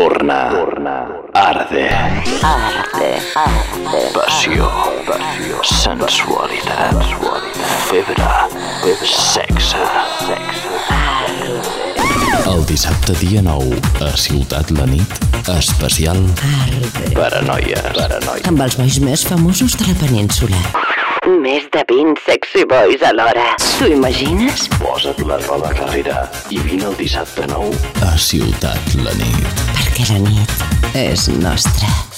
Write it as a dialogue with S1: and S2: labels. S1: torna, torna, arde. Arde, arde. Passió, passió. Sensualitat, sensualitat. Febre, febre. Sexe, sexe.
S2: El dissabte dia 9, a Ciutat la nit, especial
S1: Paranoia, paranoia.
S3: amb els bois més famosos de la península.
S4: Més de 20 sexy boys alhora. T'ho imagines?
S1: Posa't la roba carrera i vine el dissabte 9
S2: a Ciutat la nit.
S3: Perquè la nit és nostra.